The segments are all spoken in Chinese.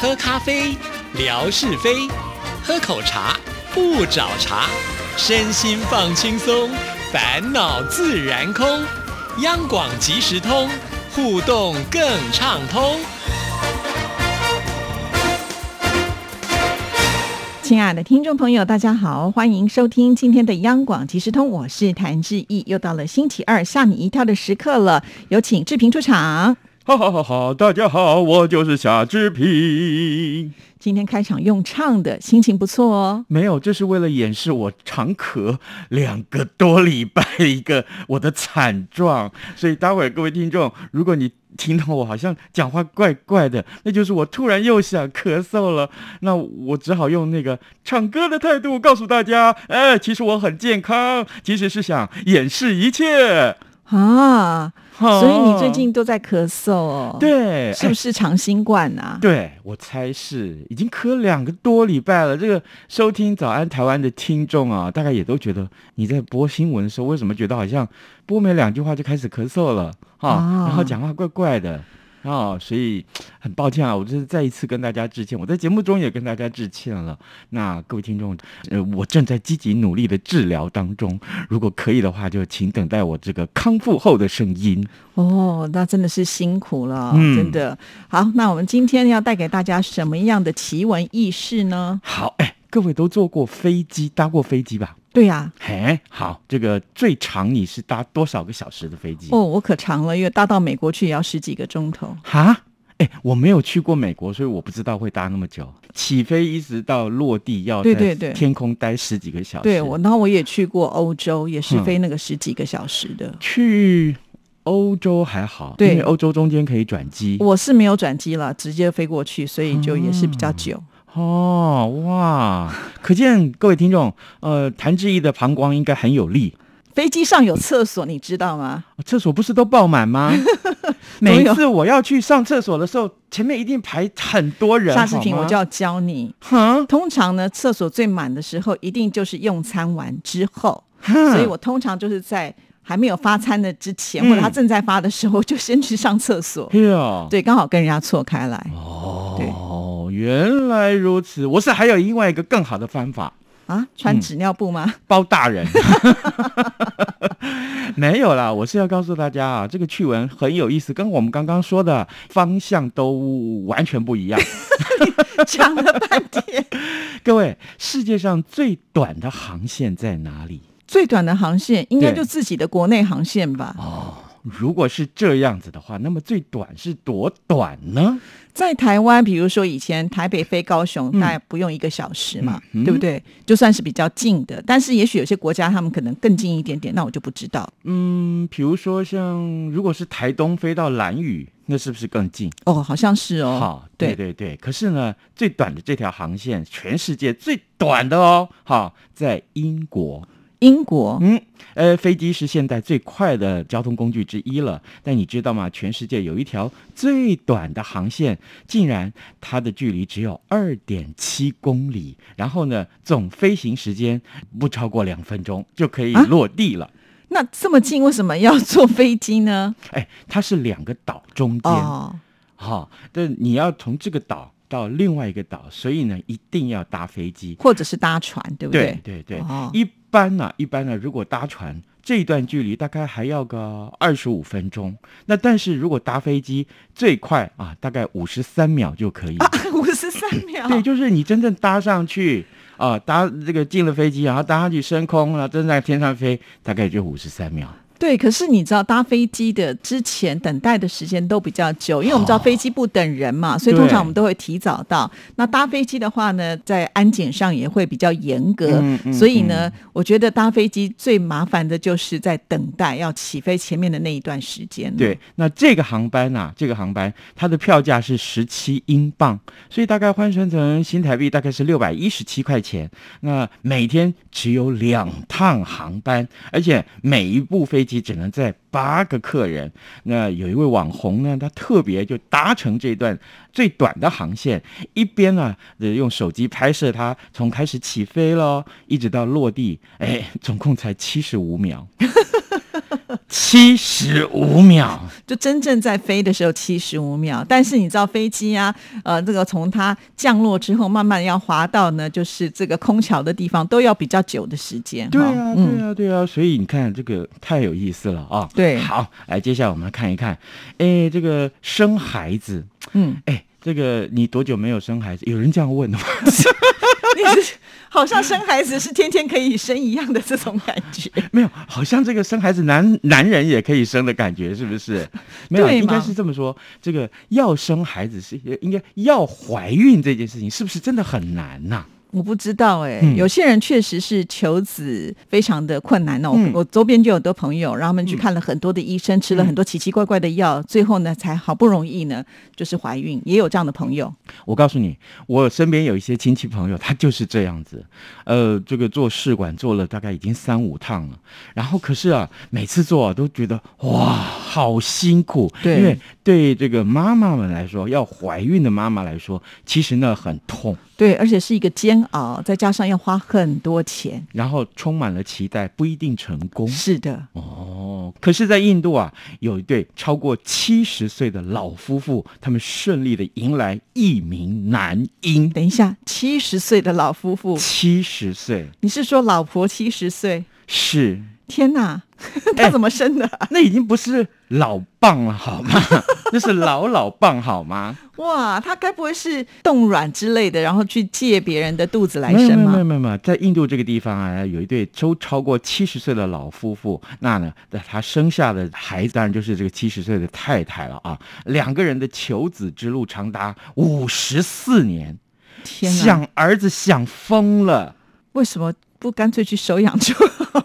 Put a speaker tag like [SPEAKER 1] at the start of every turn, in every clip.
[SPEAKER 1] 喝咖啡，聊是非；喝口茶，不找茬。身心放轻松，烦恼自然空。央广即时通，互动更畅通。
[SPEAKER 2] 亲爱的听众朋友，大家好，欢迎收听今天的央广即时通，我是谭志毅。又到了星期二吓你一跳的时刻了，有请志平出场。
[SPEAKER 3] 好好好好，大家好，我就是夏志平。
[SPEAKER 2] 今天开场用唱的，心情不错哦。
[SPEAKER 3] 没有，这是为了掩饰我长咳两个多礼拜一个我的惨状，所以待会儿各位听众，如果你听到我好像讲话怪怪的，那就是我突然又想咳嗽了，那我只好用那个唱歌的态度告诉大家，哎，其实我很健康，其实是想掩饰一切。
[SPEAKER 2] 啊，
[SPEAKER 3] 哈
[SPEAKER 2] 所以你最近都在咳嗽哦？，
[SPEAKER 3] 哦对，哎
[SPEAKER 2] 是不是长新冠啊？
[SPEAKER 3] 对，我猜是已经磕两个多礼拜了。这个收听《早安台湾》的听众啊，大概也都觉得你在播新闻的时候，为什么觉得好像播没两句话就开始咳嗽了哈、
[SPEAKER 2] 啊
[SPEAKER 3] 然后讲话怪怪的。啊、所以很抱歉啊，我这是再一次跟大家致歉，我在节目中也跟大家致歉了。那各位听众，呃，我正在积极努力的治疗当中，如果可以的话，就请等待我这个康复后的声音。
[SPEAKER 2] 哦，那真的是辛苦了，
[SPEAKER 3] 嗯
[SPEAKER 2] 真的。好，那我们今天要带给大家什么样的奇闻异事呢？
[SPEAKER 3] 好，哎，各位都坐过飞机，搭过飞机吧？
[SPEAKER 2] 对呀、
[SPEAKER 3] 嘿，哎好，这个最长你是搭多少个小时的飞机？
[SPEAKER 2] 哦，我可长了，因为搭到美国去也要十几个钟头。
[SPEAKER 3] 哈，哎，我没有去过美国，所以我不知道会搭那么久。起飞一直到落地要
[SPEAKER 2] 对
[SPEAKER 3] 在
[SPEAKER 2] 对对
[SPEAKER 3] 天空待十几个小时。
[SPEAKER 2] 对我，然后我也去过欧洲，也是
[SPEAKER 3] 嗯
[SPEAKER 2] 飞那个十几个小时的。
[SPEAKER 3] 去欧洲还好，
[SPEAKER 2] 对
[SPEAKER 3] 因为欧洲中间可以转机。
[SPEAKER 2] 我是没有转机了，直接飞过去，所以就也是比较久。
[SPEAKER 3] 哦，哇，可见各位听众，呃，谭志毅的膀胱应该很有力。
[SPEAKER 2] 飞机上有厕所，你知道吗？
[SPEAKER 3] 厕所不是都爆 满吗？每
[SPEAKER 2] 有
[SPEAKER 3] 次我要去上厕所的时候，前面一定排很多人。
[SPEAKER 2] 夏志平，
[SPEAKER 3] 好吗
[SPEAKER 2] 我就要教你。
[SPEAKER 3] 哼，
[SPEAKER 2] 通常呢，厕所最满的时候，一定就是用餐完之后，所以我通常就是在还没有发餐的之前，
[SPEAKER 3] 嗯
[SPEAKER 2] 或者他正在发的时候，就先去上厕所。
[SPEAKER 3] 嘿呀，
[SPEAKER 2] 对，刚好跟人家错开来
[SPEAKER 3] 哦，原来如此。我是还有另外一个更好的方法，
[SPEAKER 2] 啊，穿
[SPEAKER 3] 嗯
[SPEAKER 2] 纸尿布吗？
[SPEAKER 3] 包大人。没有啦，我是要告诉大家啊，这个趣闻很有意思，跟我们刚刚说的方向都完全不 一样。
[SPEAKER 2] 讲了半天，
[SPEAKER 3] 各位，世界上最短的航线在哪里？
[SPEAKER 2] 最短的航线应该
[SPEAKER 3] 对
[SPEAKER 2] 就自己的国内航线吧。
[SPEAKER 3] 如果是这样子的话，那么最短是多短呢？
[SPEAKER 2] 在台湾，比如说以前台北飞高雄，
[SPEAKER 3] 嗯
[SPEAKER 2] 大概不用一个小时嘛，对不对？就算是比较近的，但是也许有些国家他们可能更近一点点，那我就不知道
[SPEAKER 3] 嗯，比如说像如果是台东飞到兰屿，那是不是更近？
[SPEAKER 2] 哦，好像是哦，
[SPEAKER 3] 好，
[SPEAKER 2] 对
[SPEAKER 3] 对对对。可是呢，最短的这条航线，全世界最短的哦，好，在英国。
[SPEAKER 2] 英国
[SPEAKER 3] 嗯，呃，飞机是现代最快的交通工具之一了。但你知道吗？全世界有一条最短的航线，竟然它的距离只有二点七公里，然后呢，总飞行时间不超过两分钟就可以
[SPEAKER 2] 啊
[SPEAKER 3] 落地了。
[SPEAKER 2] 那这么近，为什么要坐飞机呢？
[SPEAKER 3] 哎，它是两个岛中间，
[SPEAKER 2] 哦，
[SPEAKER 3] 哈、但你要从这个岛到另外一个岛，所以呢，一定要搭飞机。
[SPEAKER 2] 或者是搭船，对不对？
[SPEAKER 3] 对对，
[SPEAKER 2] 哦
[SPEAKER 3] 一般呢、一般呢、如果搭船这一段距离大概还要个二十五分钟，那但是如果搭飞机最快啊，大概五十三秒就可以。
[SPEAKER 2] 啊五十三秒，
[SPEAKER 3] 对，就是你真正搭上去啊，搭这个进了飞机，然后搭上去升空，然后真在天上飞，大概就五十三秒。
[SPEAKER 2] 对。可是你知道，搭飞机的之前等待的时间都比较久，因为我们知道飞机不等人嘛，所以通常我们都会提早到。那搭飞机的话呢，在安检上也会比较严格，
[SPEAKER 3] 嗯嗯
[SPEAKER 2] 所以呢，我觉得搭飞机最麻烦的就是在等待要起飞前面的那一段时间。
[SPEAKER 3] 对，，那这个航班啊，这个航班它的票价是十七英镑，所以大概换算成新台币大概是六百一十七块钱。那每天只有两趟航班，而且每一部飞机只能载八个客人。那有一位网红呢，他特别就搭乘这段最短的航线，一边呢、呃用手机拍摄他从开始起飞咯，一直到落地，哎，总共才七十五秒。七十五秒，
[SPEAKER 2] 就真正在飞的时候七十五秒。但是你知道飞机啊，呃，这个从它降落之后，慢慢要滑到呢，就是这个空桥的地方，都要比较久的时间。
[SPEAKER 3] 对
[SPEAKER 2] 哈嗯
[SPEAKER 3] 啊，对啊，对啊，所以你看这个太有意思了啊。
[SPEAKER 2] 对
[SPEAKER 3] 好，来，接下来我们来看一看，哎，这个生孩子，
[SPEAKER 2] 嗯，
[SPEAKER 3] 哎，这个你多久没有生孩子？有人这样问的吗？
[SPEAKER 2] 你是好像生孩子是天天可以生一样的这种感觉。
[SPEAKER 3] 没有，好像这个生孩子男男人也可以生的感觉，是不 是？没有，
[SPEAKER 2] 对
[SPEAKER 3] 应该
[SPEAKER 2] 嘛
[SPEAKER 3] 是这么说。这个要生孩子是应该要怀孕这件事情，是不是真的很难呐、
[SPEAKER 2] 我不知道哎、
[SPEAKER 3] 嗯
[SPEAKER 2] 有些人确实是求子非常的困难哦。我
[SPEAKER 3] 嗯
[SPEAKER 2] 我周边就有很多朋友，让他们去看了很多的医生，吃了很多奇奇怪怪的药，最后呢才好不容易呢就是怀孕，也有这样的朋友。
[SPEAKER 3] 我告诉你，我身边有一些亲戚朋友，他就是这样子，呃，这个做试管做了大概已经三五趟了，然后可是啊，每次做、啊、都觉得哇，好辛苦，
[SPEAKER 2] 对
[SPEAKER 3] 因为对这个妈妈们来说，要怀孕的妈妈来说，其实呢很痛，
[SPEAKER 2] 对，而且是一个煎熬，再加上要花很多钱。
[SPEAKER 3] 然后充满了期待，不一定成功。
[SPEAKER 2] 是的，
[SPEAKER 3] 哦，可是，在印度啊，有一对超过七十岁的老夫妇，他们顺利的迎来一名男婴，
[SPEAKER 2] 等一下，七十岁的老夫妇，
[SPEAKER 3] 七十岁
[SPEAKER 2] 你是说老婆七十岁？
[SPEAKER 3] 是
[SPEAKER 2] 天哪，
[SPEAKER 3] 哎
[SPEAKER 2] 他怎么生的啊、
[SPEAKER 3] 那已经不是老棒了好吗？那是老老棒好吗？
[SPEAKER 2] 哇，他该不会是冻卵之类的，然后去借别人的肚子来
[SPEAKER 3] 没有
[SPEAKER 2] 生
[SPEAKER 3] 没有没有
[SPEAKER 2] 吗？
[SPEAKER 3] 没有没有，在印度这个地方啊，有一对都超过七十岁的老夫妇，那呢，他生下的孩子当然就是这个七十岁的太太了啊。两个人的求子之路长达五十四年，
[SPEAKER 2] 天哪，
[SPEAKER 3] 想儿子想疯了。
[SPEAKER 2] 为什么不干脆去收养就好？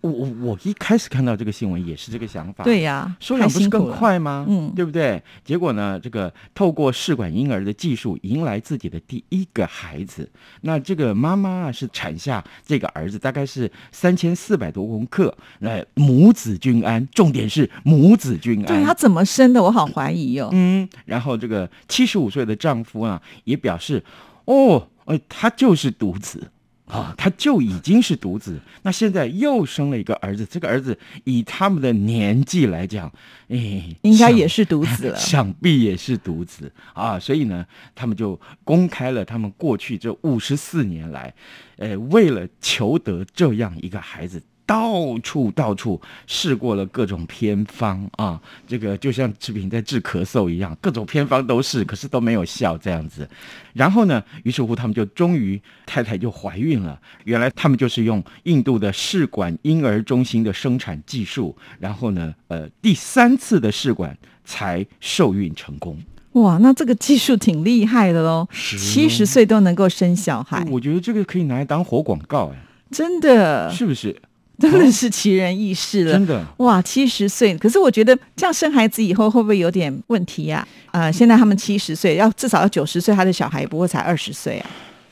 [SPEAKER 3] 我我我一开始看到这个新闻也是这个想法，
[SPEAKER 2] 对呀、
[SPEAKER 3] 收
[SPEAKER 2] 太
[SPEAKER 3] 养不是
[SPEAKER 2] 辛苦
[SPEAKER 3] 更
[SPEAKER 2] 了？
[SPEAKER 3] 快吗？
[SPEAKER 2] 嗯
[SPEAKER 3] 对不对？结果呢，这个透过试管婴儿的技术迎来自己的第一个孩子。那这个妈妈啊是产下这个儿子大概是三千四百多公克，那母子均安，重点是母子均安。
[SPEAKER 2] 对他怎么生的，我好怀疑哦。
[SPEAKER 3] 嗯，然后这个七十五岁的丈夫啊也表示，哦，呃，他就是独子。啊、他就已经是独子，那现在又生了一个儿子，这个儿子以他们的年纪来讲，哎，
[SPEAKER 2] 应该
[SPEAKER 3] 像
[SPEAKER 2] 也是独子了，
[SPEAKER 3] 想必也是独子啊，所以呢，他们就公开了他们过去这五十四年来，呃，为了求得这样一个孩子。到处到处试过了各种偏方啊，这个就像志平在治咳嗽一样，各种偏方都试，可是都没有效这样子。然后呢，于是乎他们就终于太太就怀孕了。原来他们就是用印度的试管婴儿中心的生产技术，然后呢，呃，第三次的试管才受孕成功。
[SPEAKER 2] 哇，那这个技术挺厉害的喽，七十岁都能够生小孩，
[SPEAKER 3] 我觉得这个可以拿来当活广告，哎，
[SPEAKER 2] 真的
[SPEAKER 3] 是不是？
[SPEAKER 2] 真的是奇人异事了，
[SPEAKER 3] 真的。
[SPEAKER 2] 哇，七十岁，可是我觉得这样生孩子以后会不会有点问题呀、啊？呃，现在他们七十岁，要至少要九十岁，他的小孩不会才二十岁啊。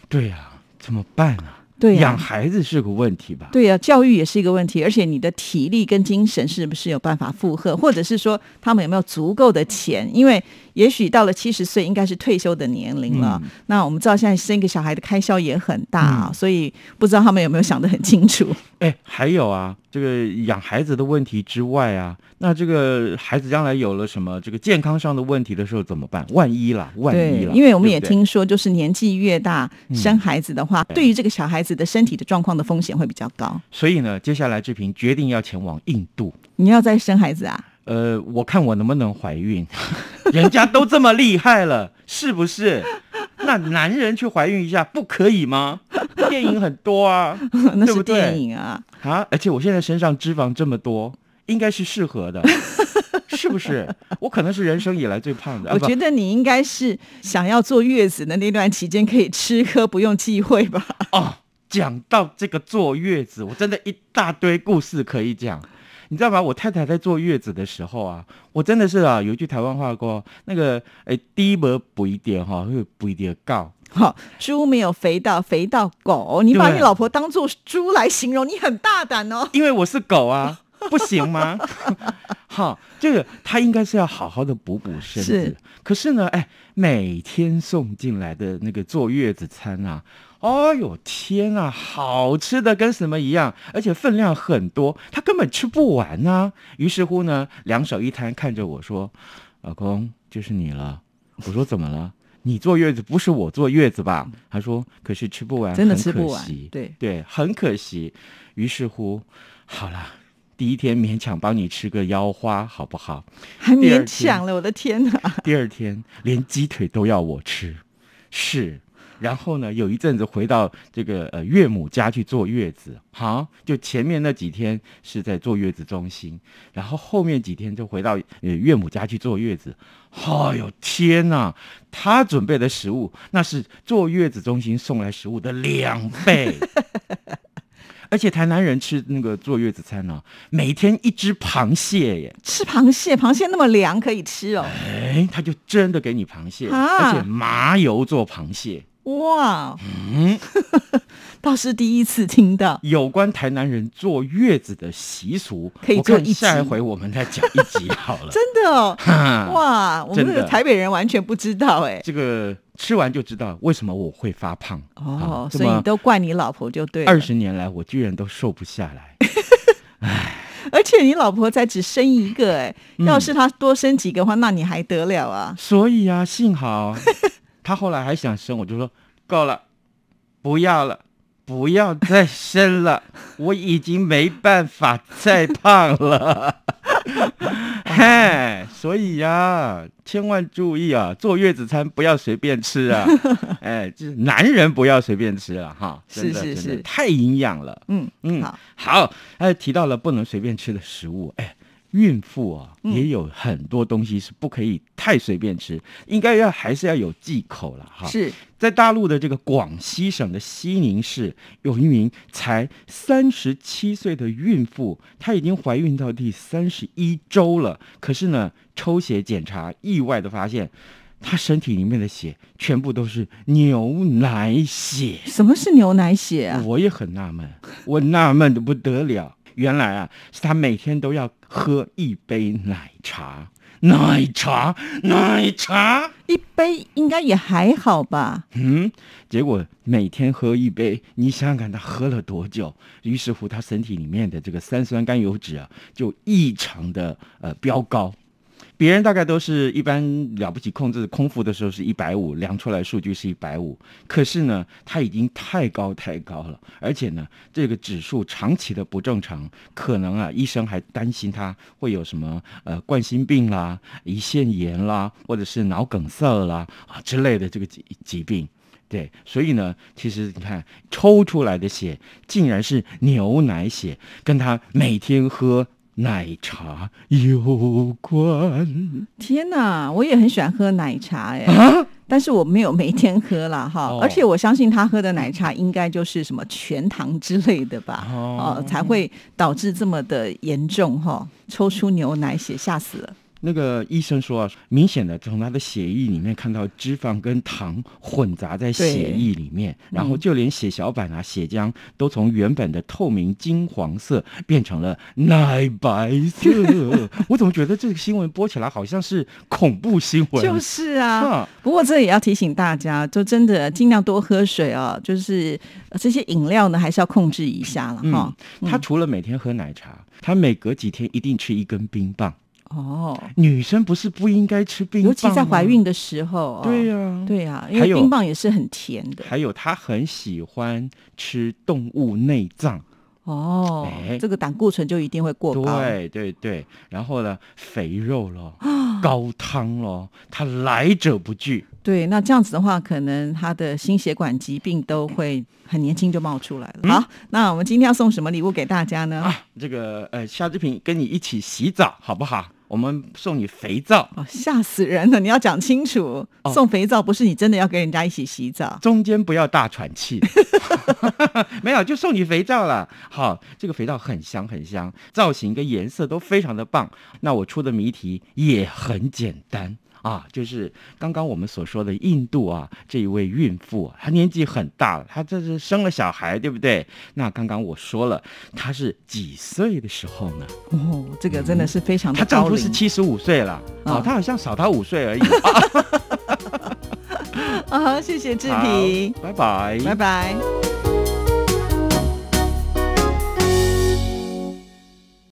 [SPEAKER 3] 对呀、怎么办啊？
[SPEAKER 2] 对呀、
[SPEAKER 3] 养孩子是个问题吧？
[SPEAKER 2] 对呀、教育也是一个问题，而且你的体力跟精神是不是有办法负荷，或者是说他们有没有足够的钱？因为也许到了七十岁，应该是退休的年龄了。
[SPEAKER 3] 嗯
[SPEAKER 2] 那我们知道现在生一个小孩的开销也很大啊，所以不知道他们有没有想得很清楚。
[SPEAKER 3] 哎，还有啊，这个养孩子的问题之外啊，那这个孩子将来有了什么这个健康上的问题的时候怎么办？万一啦， 万一
[SPEAKER 2] 对
[SPEAKER 3] 啦，，
[SPEAKER 2] 因为我们
[SPEAKER 3] 对
[SPEAKER 2] 也
[SPEAKER 3] 不对嗯
[SPEAKER 2] 听说，就是年纪越大，生孩子的话，对于这个小孩子的身体的状况的风险会比较高。
[SPEAKER 3] 所以呢，接下来志平决定要前往印度。
[SPEAKER 2] 你要再生孩子啊？，
[SPEAKER 3] 呃，我看我能不能怀孕， 人家都这么厉害了，是不是？那男人去怀孕一下不可以吗？电影很多啊
[SPEAKER 2] 那
[SPEAKER 3] 对
[SPEAKER 2] 是
[SPEAKER 3] 不
[SPEAKER 2] 电
[SPEAKER 3] 对
[SPEAKER 2] 影啊。
[SPEAKER 3] 啊！而且我现在身上脂肪这么多，应该是适合的，是不是？我可能是人生以来最胖的。啊
[SPEAKER 2] 我
[SPEAKER 3] 不
[SPEAKER 2] 觉得你应该是想要坐月子的那段期间可以吃喝不用忌讳吧？
[SPEAKER 3] 哦，讲到这个坐月子，我真的一大堆故事可以讲。你知道吗？我太太在坐月子的时候啊，我真的是啊，有一句台湾话说，那个诶，第一波补一点哈，会补一点告。
[SPEAKER 2] 好、猪没有肥到肥到狗，你把
[SPEAKER 3] 对
[SPEAKER 2] 你老婆当做猪来形容，你很大胆哦。
[SPEAKER 3] 因为我是 狗啊，不行吗？ 好，这个他应该是要好好的补补身子。
[SPEAKER 2] 是
[SPEAKER 3] 可是呢，哎，每天送进来的那个坐月子餐啊，哎呦天啊，好吃的跟什么一样，而且分量很多，他根本吃不完呐、于是乎呢，两手一摊，看着我说：“老公，就是你了。”我说：“怎么了？你坐月子不是我坐月子吧？”他说：“可是吃不完，
[SPEAKER 2] 真的
[SPEAKER 3] 啊很
[SPEAKER 2] 吃不
[SPEAKER 3] 可
[SPEAKER 2] 完
[SPEAKER 3] 惜
[SPEAKER 2] 对
[SPEAKER 3] 对，很可惜。”于是乎，好啦，第一天勉强帮你吃个腰花，好不好？
[SPEAKER 2] 还
[SPEAKER 3] 第
[SPEAKER 2] 勉
[SPEAKER 3] 二天
[SPEAKER 2] 强了，我的天哪！
[SPEAKER 3] 第二天连鸡腿都要我吃，是。然后呢，有一阵子回到这个呃岳母家去坐月子，好，就前面那几天是在坐月子中心，然后后面几天就回到呃岳母家去坐月子。哎呦天哪，他准备的食物那是坐月子中心送来食物的两倍。而且台南人吃那个坐月子餐呢、每天一只螃蟹耶，
[SPEAKER 2] 吃螃蟹，螃蟹那么凉，可以吃哦。
[SPEAKER 3] 哎，他就真的给你螃蟹，
[SPEAKER 2] 啊
[SPEAKER 3] 而且麻油做螃蟹。
[SPEAKER 2] 哇，
[SPEAKER 3] 嗯
[SPEAKER 2] 倒是第一次听到。
[SPEAKER 3] 有关台南人坐月子的习俗，
[SPEAKER 2] 可以
[SPEAKER 3] 我
[SPEAKER 2] 做
[SPEAKER 3] 看
[SPEAKER 2] 一集
[SPEAKER 3] 下一回我们再讲一集好 了。
[SPEAKER 2] 真的 哦，
[SPEAKER 3] 哈
[SPEAKER 2] 哇！我们
[SPEAKER 3] 真
[SPEAKER 2] 这
[SPEAKER 3] 的
[SPEAKER 2] 个台北人完全不知道哎、
[SPEAKER 3] 这个吃完就知道为什么我会发胖
[SPEAKER 2] 哦
[SPEAKER 3] 啊，这
[SPEAKER 2] 所以你
[SPEAKER 3] 么
[SPEAKER 2] 都怪你老婆就对了。
[SPEAKER 3] 二十年来，我居然都瘦不下来。
[SPEAKER 2] 而且你老婆才只生一个哎、要是她多生几个话，那你还得了啊？
[SPEAKER 3] 所以啊，幸 好他后来还想生，我就说够了，不要了，不要再生 了，我已经没办法再胖 了。嘿，所以呀、千万注意啊，坐月子餐不要随便 吃啊！哎，就是男人不要随便吃啊，哈，真的
[SPEAKER 2] 是是
[SPEAKER 3] 真的
[SPEAKER 2] 是
[SPEAKER 3] 太营养了。
[SPEAKER 2] 嗯
[SPEAKER 3] 嗯
[SPEAKER 2] 好，
[SPEAKER 3] 好，哎，提到了不能随便吃的食物，哎，孕妇啊、
[SPEAKER 2] 嗯
[SPEAKER 3] 也有很多东西是不可以太随便吃，应该要还是要有忌口了哈。
[SPEAKER 2] 是
[SPEAKER 3] 在大陆的这个广西省的西宁市，有一名才三十七岁的孕妇，她已经怀孕到第三十一周了，可是呢，抽血检查意外的发现，她身体里面的血全部都是牛奶血。
[SPEAKER 2] 什么是牛奶血啊？
[SPEAKER 3] 我也很纳闷， 我纳闷的不得了。原来啊，是他每天都要喝一杯奶茶，奶茶，奶茶。
[SPEAKER 2] 一杯应该也还好吧？
[SPEAKER 3] 嗯，结果每天喝一杯，你想想看，他喝了多久？于是乎，他身体里面的这个三酸甘油脂啊，就异常的呃飙高。别人大概都是一般了不起控制空腹的时候是一百五，量出来数据是一百五，可是呢，它已经太高太高了，而且呢，这个指数长期的不正常，可能啊，医生还担心他会有什么呃冠心病啦、胰腺炎啦，或者是脑梗塞啦啊之类的这个疾疾病。对，所以呢，其实你看抽出来的血竟然是牛奶血，跟他每天喝奶茶有关。
[SPEAKER 2] 天哪，我也很喜欢喝奶茶哎、但是我没有每天喝啦哈，
[SPEAKER 3] 哦
[SPEAKER 2] 而且我相信她喝的奶茶应该就是什么全糖之类的吧，
[SPEAKER 3] 哦
[SPEAKER 2] 哦，才会导致这么的严重哈，抽出牛奶血，吓死了。
[SPEAKER 3] 那个医生说啊，明显的从他的血液里面看到脂肪跟糖混杂在血液里面，然后就连血小板啊、血浆都从原本的透明金黄色变成了奶白 色。我怎么觉得这个新闻播起来好像是恐怖新闻？
[SPEAKER 2] 就是啊
[SPEAKER 3] 啊，
[SPEAKER 2] 不过这也要提醒大家，就真的尽量多喝水啊，就是呃这些饮料呢还是要控制一下了哈
[SPEAKER 3] 嗯。，他除了每天喝奶茶，他每隔几天一定吃一根冰棒。
[SPEAKER 2] 哦，
[SPEAKER 3] 女生不是不应该吃冰棒吗，
[SPEAKER 2] 尤其在怀孕的时候，哦
[SPEAKER 3] 对呀、
[SPEAKER 2] 对呀，因为
[SPEAKER 3] 还有
[SPEAKER 2] 冰棒也是很甜的
[SPEAKER 3] 还有她很喜欢吃动物内脏，
[SPEAKER 2] 哦
[SPEAKER 3] 哎，
[SPEAKER 2] 这个胆固醇就一定会过高。
[SPEAKER 3] 对对对，然后呢，肥肉咯，
[SPEAKER 2] 啊
[SPEAKER 3] 高汤咯，她来者不拒。
[SPEAKER 2] 对，那这样子的话，可能他的心血管疾病都会很年轻就冒出来
[SPEAKER 3] 嗯
[SPEAKER 2] 了。好，那我们今天要送什么礼物给大家呢？
[SPEAKER 3] 这个呃，夏志平跟你一起洗澡好不好？我们送你肥皂，
[SPEAKER 2] 哦，吓死人了！你要讲清楚，
[SPEAKER 3] 哦
[SPEAKER 2] 送肥皂不是你真的要跟人家一起洗澡。
[SPEAKER 3] 中间不要大喘气， 没有就送你肥皂了。好，这个肥皂很香很香，造型跟颜色都非常的棒。那我出的谜题也很简单啊，就是刚刚我们所说的印度啊，这一位孕妇，她年纪很大了，她这是生了小孩，对不对？那刚刚我说了，她是几岁的时候呢？
[SPEAKER 2] 哦，这个真的是非常
[SPEAKER 3] 嗯她
[SPEAKER 2] 的
[SPEAKER 3] 丈
[SPEAKER 2] 高
[SPEAKER 3] 夫是
[SPEAKER 2] 龄
[SPEAKER 3] 七十五岁了，
[SPEAKER 2] 啊
[SPEAKER 3] 哦，她好像少她五岁而已。
[SPEAKER 2] 啊、
[SPEAKER 3] 啊，谢谢志
[SPEAKER 2] 好
[SPEAKER 3] 平，
[SPEAKER 2] 拜拜，
[SPEAKER 3] 拜拜。